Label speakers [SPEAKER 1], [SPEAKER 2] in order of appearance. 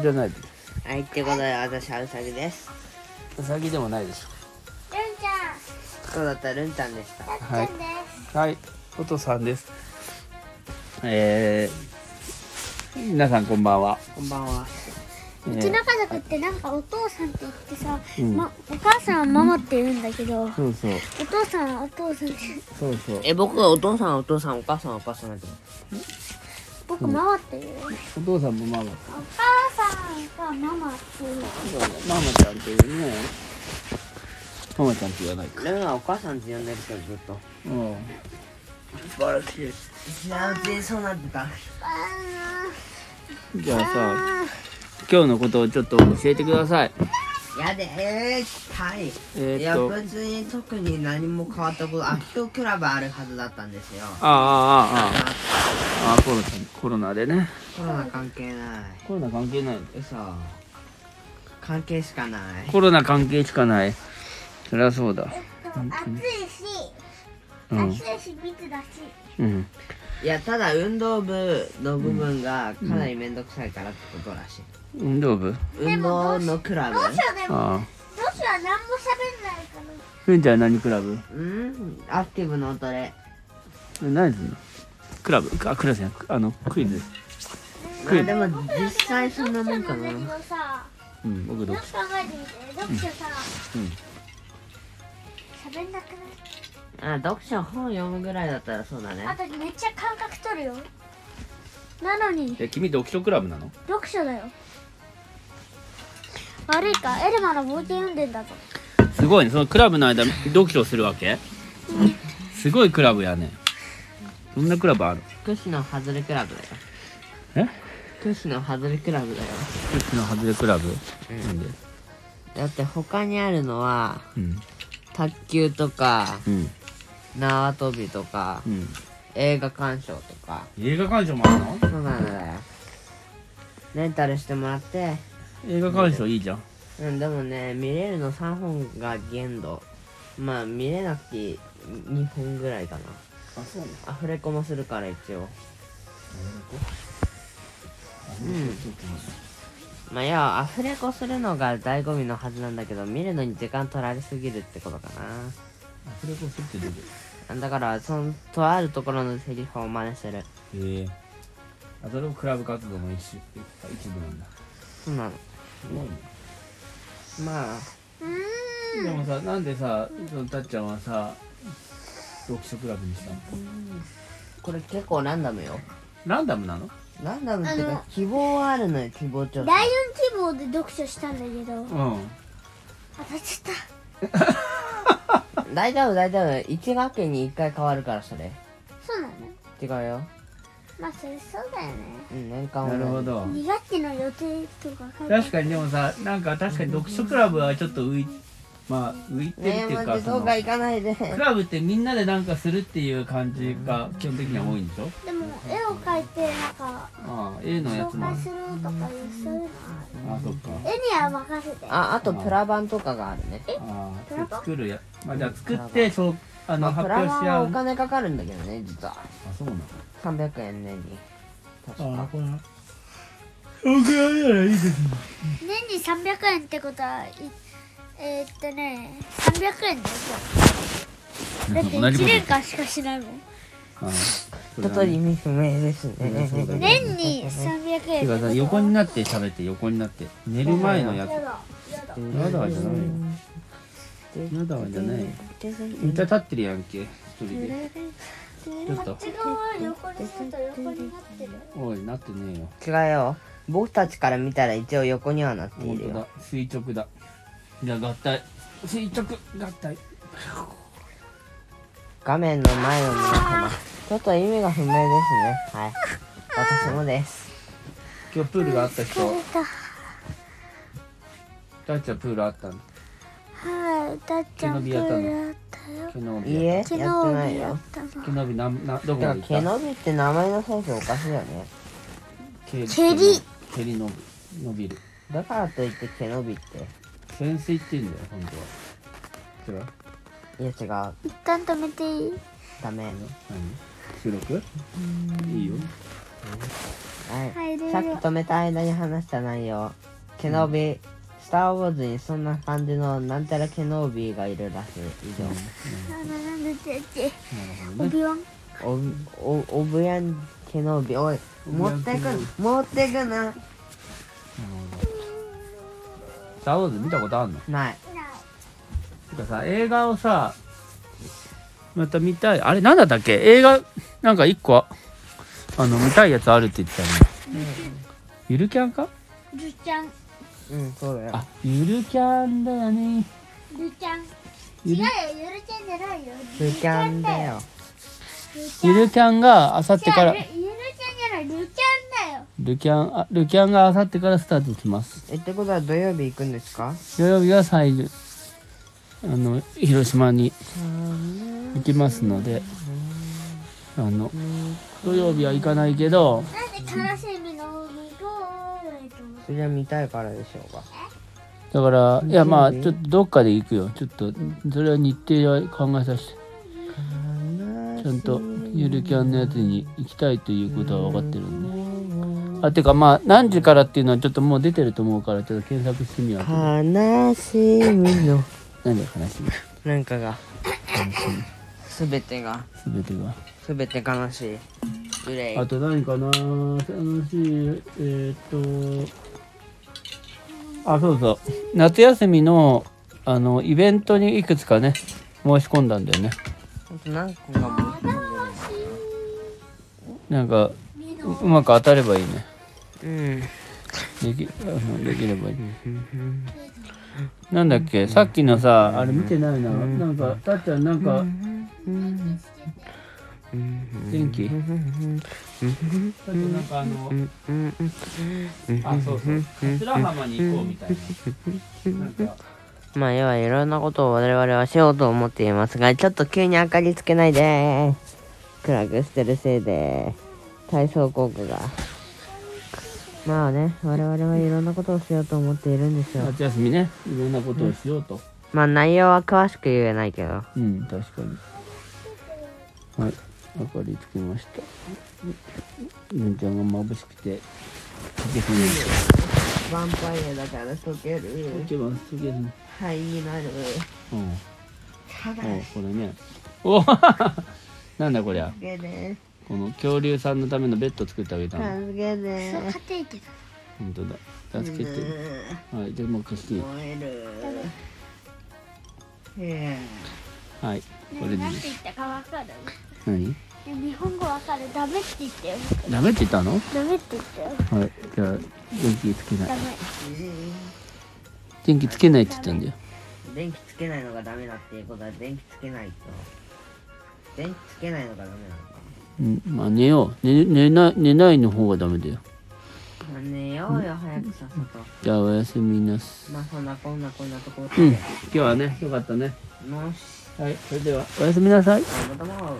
[SPEAKER 1] じゃないで
[SPEAKER 2] はい、ってことで私はうさぎです。
[SPEAKER 1] うさぎでもないでし
[SPEAKER 3] ルンちゃん、
[SPEAKER 2] そうだったるんちゃんでした。
[SPEAKER 3] たっち
[SPEAKER 1] は
[SPEAKER 3] ゃ
[SPEAKER 1] い
[SPEAKER 3] んです。
[SPEAKER 1] ょはいおとさんですえー、皆さんこんばんは、
[SPEAKER 2] こんばんは。
[SPEAKER 1] え
[SPEAKER 3] う
[SPEAKER 1] ー
[SPEAKER 3] ちの家族ってなんかお父さんって言ってさ、
[SPEAKER 1] うん
[SPEAKER 3] ま、お母さんはママって言うんだけど、お
[SPEAKER 1] そうそう
[SPEAKER 3] 父さんはお父さんって、
[SPEAKER 1] そうそう
[SPEAKER 2] え、僕はお父さん、お父さん、お母さん、お母さんだと思
[SPEAKER 3] 僕ママって言う。お
[SPEAKER 1] お父さんもママ
[SPEAKER 3] 母さんがママって言う。
[SPEAKER 1] そうだママちゃんっていうねママちゃんって言わないか
[SPEAKER 2] う。ルンはお母さんって呼んでるけど、ずっと。
[SPEAKER 1] うん素晴らしい
[SPEAKER 2] 知らんうちにそうなってた。
[SPEAKER 3] あ
[SPEAKER 1] じゃ
[SPEAKER 3] ー
[SPEAKER 1] あさ
[SPEAKER 3] あ
[SPEAKER 1] 今日のことをちょっと教えてください
[SPEAKER 2] やで、えー、はい。
[SPEAKER 1] えー、
[SPEAKER 2] い
[SPEAKER 1] っ
[SPEAKER 2] や、
[SPEAKER 1] と
[SPEAKER 2] 別に特に何も変わったこと、あ、今日クラブあるはずだったんですよ。
[SPEAKER 1] ああああああ
[SPEAKER 2] まあ
[SPEAKER 1] ああコロナコロナでね
[SPEAKER 2] コロナ関係ない。
[SPEAKER 1] コロナ関係ない
[SPEAKER 2] 嘘。関係しかない。
[SPEAKER 1] コロナ関係しかないそりゃそうだ
[SPEAKER 3] ーえっと、暑いし、
[SPEAKER 1] うん
[SPEAKER 3] 暑いし密だし、
[SPEAKER 1] うん
[SPEAKER 2] いや、ただ運動部の部分がかなりめんどくさいからってことらしい。
[SPEAKER 1] 運動部
[SPEAKER 2] 運動のクラ
[SPEAKER 3] どうしよ
[SPEAKER 2] ブ
[SPEAKER 3] うでも、
[SPEAKER 1] ああ
[SPEAKER 3] どうしよう何も喋んないから。
[SPEAKER 1] ふんちゃん何クラブ
[SPEAKER 2] うんアクティブのトレ。
[SPEAKER 1] 何すんのクラブあクラブじゃないあのクイズです
[SPEAKER 2] まあでも実際そんなもんかな。
[SPEAKER 3] 読書なんだけどさ、
[SPEAKER 1] うん僕ど
[SPEAKER 3] よ
[SPEAKER 1] っ
[SPEAKER 3] く
[SPEAKER 1] ち
[SPEAKER 3] 考えてみて、読書さ、
[SPEAKER 1] うん
[SPEAKER 3] 喋んなくなる。
[SPEAKER 2] あ、読書本読むぐらいだったらそうだ
[SPEAKER 3] あ
[SPEAKER 2] ね。
[SPEAKER 3] とめっちゃ感覚取るよなのに
[SPEAKER 1] え君読書クラブなの
[SPEAKER 3] 読書だよ悪いかエルマの冒険読んでんだぞ
[SPEAKER 1] すごいねそのクラブの間読書するわけすごいクラブやねどんなクラブある
[SPEAKER 2] 屈指のハズレクラブだ
[SPEAKER 1] え
[SPEAKER 2] よ。屈指のハズレクラブだよ。
[SPEAKER 1] うちのハズレクラブなんで
[SPEAKER 2] だって他にあるのは、
[SPEAKER 1] うん
[SPEAKER 2] 卓球とか、
[SPEAKER 1] うん
[SPEAKER 2] 縄跳びとか、
[SPEAKER 1] うん
[SPEAKER 2] 映画鑑賞とか。
[SPEAKER 1] 映画鑑賞もあるの
[SPEAKER 2] そうなんだよ。レンタルしてもらって、
[SPEAKER 1] 映画鑑賞いいじゃん
[SPEAKER 2] うん、でもね、見れるの3本が限度。まあ、見れなくて2本ぐらいかな。
[SPEAKER 1] あそうね
[SPEAKER 2] アフレコもするから一応。うん。まあ、要はアフレコするのが醍醐味のはずなんだけど、見るのに時間取られすぎるってことか
[SPEAKER 1] アフレコするってどういうこ
[SPEAKER 2] な。だから、その、とあるところのセリフを真似する。
[SPEAKER 1] とへえあそれもクラブ活動の一種一部なんだ
[SPEAKER 2] そうなの。
[SPEAKER 1] すごいね
[SPEAKER 2] まあ、
[SPEAKER 3] うーん
[SPEAKER 1] でもさなんでさそのたっちゃんはさ読書クラブにしたの
[SPEAKER 2] これ結構ランダムよ。
[SPEAKER 1] ランダムなの
[SPEAKER 2] ランダムっていう
[SPEAKER 3] あ
[SPEAKER 2] か
[SPEAKER 3] の、
[SPEAKER 2] 希望はあるのよ、希望調査。
[SPEAKER 3] 第4希望で読書したんだけど
[SPEAKER 1] うん
[SPEAKER 3] 当たっちゃった
[SPEAKER 2] 大丈夫、大丈夫。1学期に1回変わるから、それ。
[SPEAKER 3] そうなの
[SPEAKER 2] 違うよ。
[SPEAKER 3] まあそれそうだよね
[SPEAKER 2] うん、年間
[SPEAKER 1] なるほ
[SPEAKER 2] 同じ。
[SPEAKER 1] ど
[SPEAKER 3] 2学期の予定とか書いてある
[SPEAKER 1] 確かにでもさなんか確かに読書クラブはちょっと浮いまあ浮いてるって
[SPEAKER 2] ねえ、
[SPEAKER 1] いう
[SPEAKER 2] マ
[SPEAKER 1] か
[SPEAKER 2] ジ
[SPEAKER 1] そ
[SPEAKER 2] そう
[SPEAKER 1] の
[SPEAKER 2] か行かないで。
[SPEAKER 1] クラブってみんなでなんかするっていう感じが基本的には多いんでしょ
[SPEAKER 3] でも絵を描いてなんか
[SPEAKER 1] ああ A のやつ
[SPEAKER 3] 紹
[SPEAKER 1] もあ
[SPEAKER 3] 介
[SPEAKER 1] る
[SPEAKER 3] するとかいうそういうのある
[SPEAKER 1] ああそっか
[SPEAKER 3] 絵には任せて
[SPEAKER 2] あ、あとプラ版とかがあるね。
[SPEAKER 1] あ
[SPEAKER 3] プラ
[SPEAKER 1] あ
[SPEAKER 3] バ
[SPEAKER 1] 作るやまあじゃあ作ってそうあ
[SPEAKER 2] ま
[SPEAKER 1] の
[SPEAKER 2] あ、
[SPEAKER 1] 発
[SPEAKER 2] プ
[SPEAKER 1] 表
[SPEAKER 2] ラ
[SPEAKER 1] し
[SPEAKER 2] 版
[SPEAKER 1] 合
[SPEAKER 2] は
[SPEAKER 1] う
[SPEAKER 2] お金かかるんだけどね、実は。
[SPEAKER 1] あそうなの
[SPEAKER 2] 300円ねに。確か。
[SPEAKER 1] これ僕らならいい ですね
[SPEAKER 3] 年に300円ってことはいえーっとね300円だよだって
[SPEAKER 1] 同じ
[SPEAKER 3] 1
[SPEAKER 1] もの
[SPEAKER 3] 年間しかしないもん
[SPEAKER 1] ああそれ
[SPEAKER 2] ちょ
[SPEAKER 1] は
[SPEAKER 2] っと
[SPEAKER 1] ね
[SPEAKER 2] 意味不明ですね。
[SPEAKER 1] そうだね
[SPEAKER 3] 年に300円
[SPEAKER 1] てかさ横になって喋って横になって寝る前のや
[SPEAKER 3] やだやだ
[SPEAKER 1] つやだわじゃないよやだわじゃないよめっちゃ立ってるやんけ一人でちょっ
[SPEAKER 3] こっ
[SPEAKER 1] と
[SPEAKER 3] ち側は横にすると横になってる
[SPEAKER 1] おいなってねえよ
[SPEAKER 2] 違うよ。僕たちから見たら一応横にはなってい
[SPEAKER 1] 本
[SPEAKER 2] る
[SPEAKER 1] 当
[SPEAKER 2] よ
[SPEAKER 1] だ。垂直だじゃあ合体垂直合体
[SPEAKER 2] 画面の前の皆様。ちょっと意味が不明ですね。はい。私もです。
[SPEAKER 1] 今日プールがあった人
[SPEAKER 3] 疲れた
[SPEAKER 1] 大ちゃんプールあったの
[SPEAKER 3] はいだっち
[SPEAKER 1] 毛
[SPEAKER 3] ゃんプ
[SPEAKER 1] 伸びやったの
[SPEAKER 3] ールあったよ
[SPEAKER 1] 毛伸
[SPEAKER 2] い
[SPEAKER 1] び
[SPEAKER 2] いえ、やっ
[SPEAKER 3] 昨
[SPEAKER 2] て
[SPEAKER 3] 日
[SPEAKER 2] ない
[SPEAKER 3] や
[SPEAKER 2] よ
[SPEAKER 3] っ。たの
[SPEAKER 1] 毛伸びなんなどこ
[SPEAKER 2] て
[SPEAKER 1] ま
[SPEAKER 2] か
[SPEAKER 1] で、行
[SPEAKER 2] 毛
[SPEAKER 1] った
[SPEAKER 2] 伸びって名前のセンスおかしいよね。
[SPEAKER 1] 毛
[SPEAKER 3] 毛利
[SPEAKER 1] 毛利伸び伸びる
[SPEAKER 2] だからといって毛伸びって。
[SPEAKER 1] 潜水って言うんだよ本当は違う
[SPEAKER 2] いや違う。
[SPEAKER 3] 一旦止めていい
[SPEAKER 2] ダメ。
[SPEAKER 1] 何収録いいよ
[SPEAKER 2] はい
[SPEAKER 3] 入れ、る
[SPEAKER 2] さっき止めた間に話した内容ケノービー、スター・ウォーズにそんな感じのなんたらケノービーがいるらしい以上、
[SPEAKER 3] あのなんでってって
[SPEAKER 1] なるほど
[SPEAKER 3] オ
[SPEAKER 1] ね
[SPEAKER 3] ビワン
[SPEAKER 2] おおオブヤンケノービーおい持ってく持ってくな
[SPEAKER 1] なるほどスター・ウォーズ見たことあんの
[SPEAKER 2] ない
[SPEAKER 1] てかさ映画をさまた見たいあれなんだったっけ映画なんか一個あの見たいやつあるって言ってたよねゆるキャンか
[SPEAKER 3] ルちゃん
[SPEAKER 2] うんそうだよ
[SPEAKER 1] あゆるキャンだよね
[SPEAKER 3] ルちゃん違
[SPEAKER 1] ゆ
[SPEAKER 3] う
[SPEAKER 1] る
[SPEAKER 3] よゆるちゃんじゃないよ
[SPEAKER 2] スキャンだよ
[SPEAKER 3] ルちゃ
[SPEAKER 1] ゆ
[SPEAKER 3] ん
[SPEAKER 1] るキャンがあさって
[SPEAKER 3] じ
[SPEAKER 1] か
[SPEAKER 3] ゃあ
[SPEAKER 1] ら
[SPEAKER 3] ルゆるちゃんじゃないルちゃんだよ
[SPEAKER 1] ルキャンあルキャンがあさってからスタートします
[SPEAKER 2] えってことは土曜日行くんですか
[SPEAKER 1] 土曜日は最後あの広島に行きますのであの土曜日は行かないけど
[SPEAKER 3] なんで悲しみの海とえっと
[SPEAKER 2] それは見たいからでしょうか
[SPEAKER 1] だからいやまあ
[SPEAKER 2] 日
[SPEAKER 1] ちょ
[SPEAKER 2] 曜日
[SPEAKER 1] っとどっかで行くよちょっとそれは日程は考えさせてちゃんとゆるキャンのやつに行きたいということは分かってるんであてかまあ何時からっていうのはちょっともう出てると思うからちょっと検索してみよう
[SPEAKER 2] 悲しみの
[SPEAKER 1] 何で悲しみ
[SPEAKER 2] なんかがすべてが
[SPEAKER 1] 全てが
[SPEAKER 2] すべて悲しい憂い
[SPEAKER 1] あと何かな楽しいえーっとあそうそう夏休みのあのイベントにいくつかね申し込んだんだよね
[SPEAKER 2] あと何個かも
[SPEAKER 1] なんかううまく当たればいいね
[SPEAKER 2] うん
[SPEAKER 1] できあのできればいいなんだっけさっきのさあれ見てないななんかたっちゃんなんか天気たっちゃんなんかあのあそうそう桂浜に行こうみたいななんか
[SPEAKER 2] まあ要はいろんなことを我々はしようと思っていますがちょっと急に明かりつけないで暗くしてるせいで体操効果がまあね我々はいろんなことをしようと思っているんですよ
[SPEAKER 1] 夏休みねいろんなことをしようと
[SPEAKER 2] まあ内容は詳しく言えないけど
[SPEAKER 1] うん確かにはい明かりつけましたぬんちゃんが眩しくて溶けそうになっ
[SPEAKER 2] ヴァンパイアだから溶け
[SPEAKER 1] た溶
[SPEAKER 2] る
[SPEAKER 1] けます溶けそう
[SPEAKER 2] 肺になる
[SPEAKER 1] うん
[SPEAKER 2] ただ
[SPEAKER 1] おうこれねおなんだこりゃ
[SPEAKER 2] 助けて
[SPEAKER 1] この恐竜さんのためのベッド作ってあげたの
[SPEAKER 2] 助けて
[SPEAKER 3] そう勝ていけど
[SPEAKER 1] 本当だ助けてはいでもう消して
[SPEAKER 2] 燃えるえ
[SPEAKER 1] はいこれ
[SPEAKER 3] ね
[SPEAKER 1] でいい
[SPEAKER 3] なんて言ったかわかる
[SPEAKER 1] 何
[SPEAKER 3] ね日本語わかるダメって言ったよ
[SPEAKER 1] ダメって言ったのはい
[SPEAKER 3] ダメって言ったよ
[SPEAKER 1] じゃあ電気つけな
[SPEAKER 3] ダ
[SPEAKER 1] い
[SPEAKER 3] メ
[SPEAKER 1] 電気つけないって言ったんだよ
[SPEAKER 2] 電気つけないのがダメだっていうことは電気つけないと電気つけないのがダメなのか
[SPEAKER 1] うんまあ寝よう寝寝ない寝ないの方がダメだよ
[SPEAKER 2] まあ寝ようよ早くさっさ
[SPEAKER 1] じゃあおやすみなさ
[SPEAKER 2] とまあそんなこんなこんなところ
[SPEAKER 1] いうん
[SPEAKER 2] で
[SPEAKER 1] 今日はねよかったね
[SPEAKER 2] もし
[SPEAKER 1] はいそれではおやすみなさい
[SPEAKER 2] たまたま